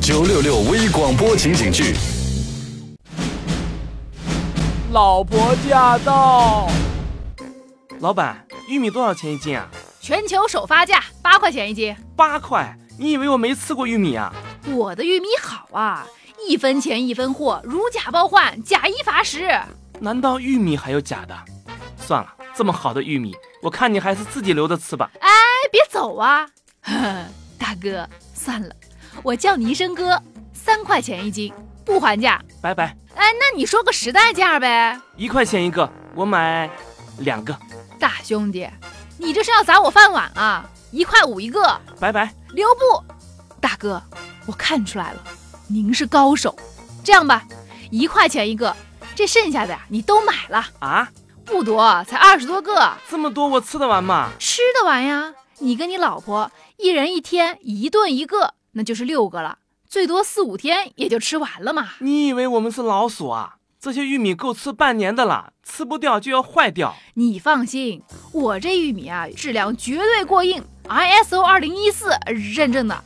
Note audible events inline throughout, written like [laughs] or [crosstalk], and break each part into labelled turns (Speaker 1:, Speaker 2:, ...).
Speaker 1: 九六六微广播情景剧，
Speaker 2: 老婆驾到！老板，玉米多少钱一斤啊？
Speaker 3: 全球首发价八块钱一斤。
Speaker 2: 八块。你以为我没吃过玉米啊？
Speaker 3: 我的玉米好啊，一分钱一分货，如假包换，假一罚十。哎
Speaker 2: 难道玉米还有假的？算了，这么好的玉米，我看你还是自己留着吃吧。
Speaker 3: 哎，别走啊！ [laughs] 大哥，算了，我叫你一声哥，三块钱一斤，不还价。
Speaker 2: 拜拜。
Speaker 3: 哎，那你说个实在价呗。
Speaker 2: 一块钱一个，我买两个。
Speaker 3: 大兄弟，你这是要砸我饭碗啊！一块五一个。
Speaker 2: 拜拜。
Speaker 3: 留步，大哥，我看出来了，您是高手。这样吧，一块钱一个，这剩下的呀、你都买了，
Speaker 2: 啊，
Speaker 3: 不多，才二十多个，
Speaker 2: 这么多我吃得完吗？
Speaker 3: 吃得完呀。你跟你老婆一人一天一顿一个，那就是六个了，最多四五天也就吃完了嘛。
Speaker 2: 你以为我们是老鼠啊？这些玉米够吃半年的了，吃不掉就要坏掉。
Speaker 3: 你放心，我这玉米啊，质量绝对过硬，ISO 二零一四认证的。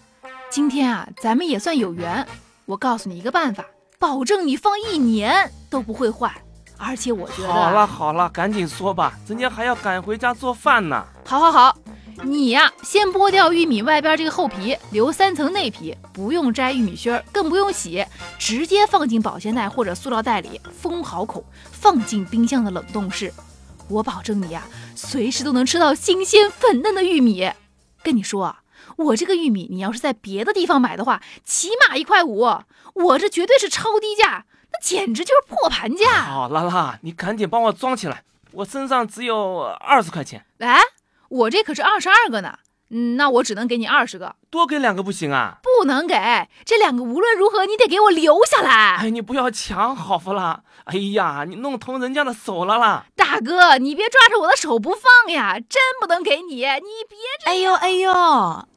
Speaker 3: 今天啊，咱们也算有缘。我告诉你一个办法，保证你放一年都不会坏。而且我觉得啊，
Speaker 2: 好了好了，赶紧说吧，人家还要赶回家做饭呢。
Speaker 3: 好好好，你呀、先剥掉玉米外边这个厚皮，留三层内皮，不用摘玉米须儿，更不用洗，直接放进保鲜袋或者塑料袋里，封好口，放进冰箱的冷冻室。我保证你呀、随时都能吃到新鲜粉嫩的玉米。跟你说啊，我这个玉米，你要是在别的地方买的话，起码一块五，我这绝对是超低价，那简直就是破盘价。
Speaker 2: 好啦啦，你赶紧帮我装起来，我身上只有二十块钱，
Speaker 3: 哎，我这可是二十二个呢，嗯，那我只能给你二十个。
Speaker 2: 多给两个不行啊？
Speaker 3: 不能给这两个，无论如何你得给我留下来。
Speaker 2: 哎，你不要抢好不啦？哎呀，你弄疼人家的手了啦！
Speaker 3: 大哥，你别抓着我的手不放呀，真不能给你，你别
Speaker 4: 哎呦哎呦，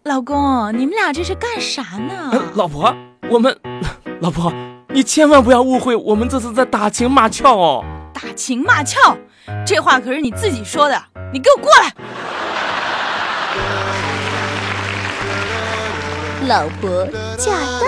Speaker 4: 老公，你们俩这是干啥
Speaker 3: 嗯
Speaker 4: 呢？
Speaker 2: 老婆，我们， [laughs] 老婆，你千万不要误会，我们这是在打情骂俏哦。
Speaker 4: 打情骂俏，这话可是你自己说的，你给我过来！
Speaker 5: 老婆驾到。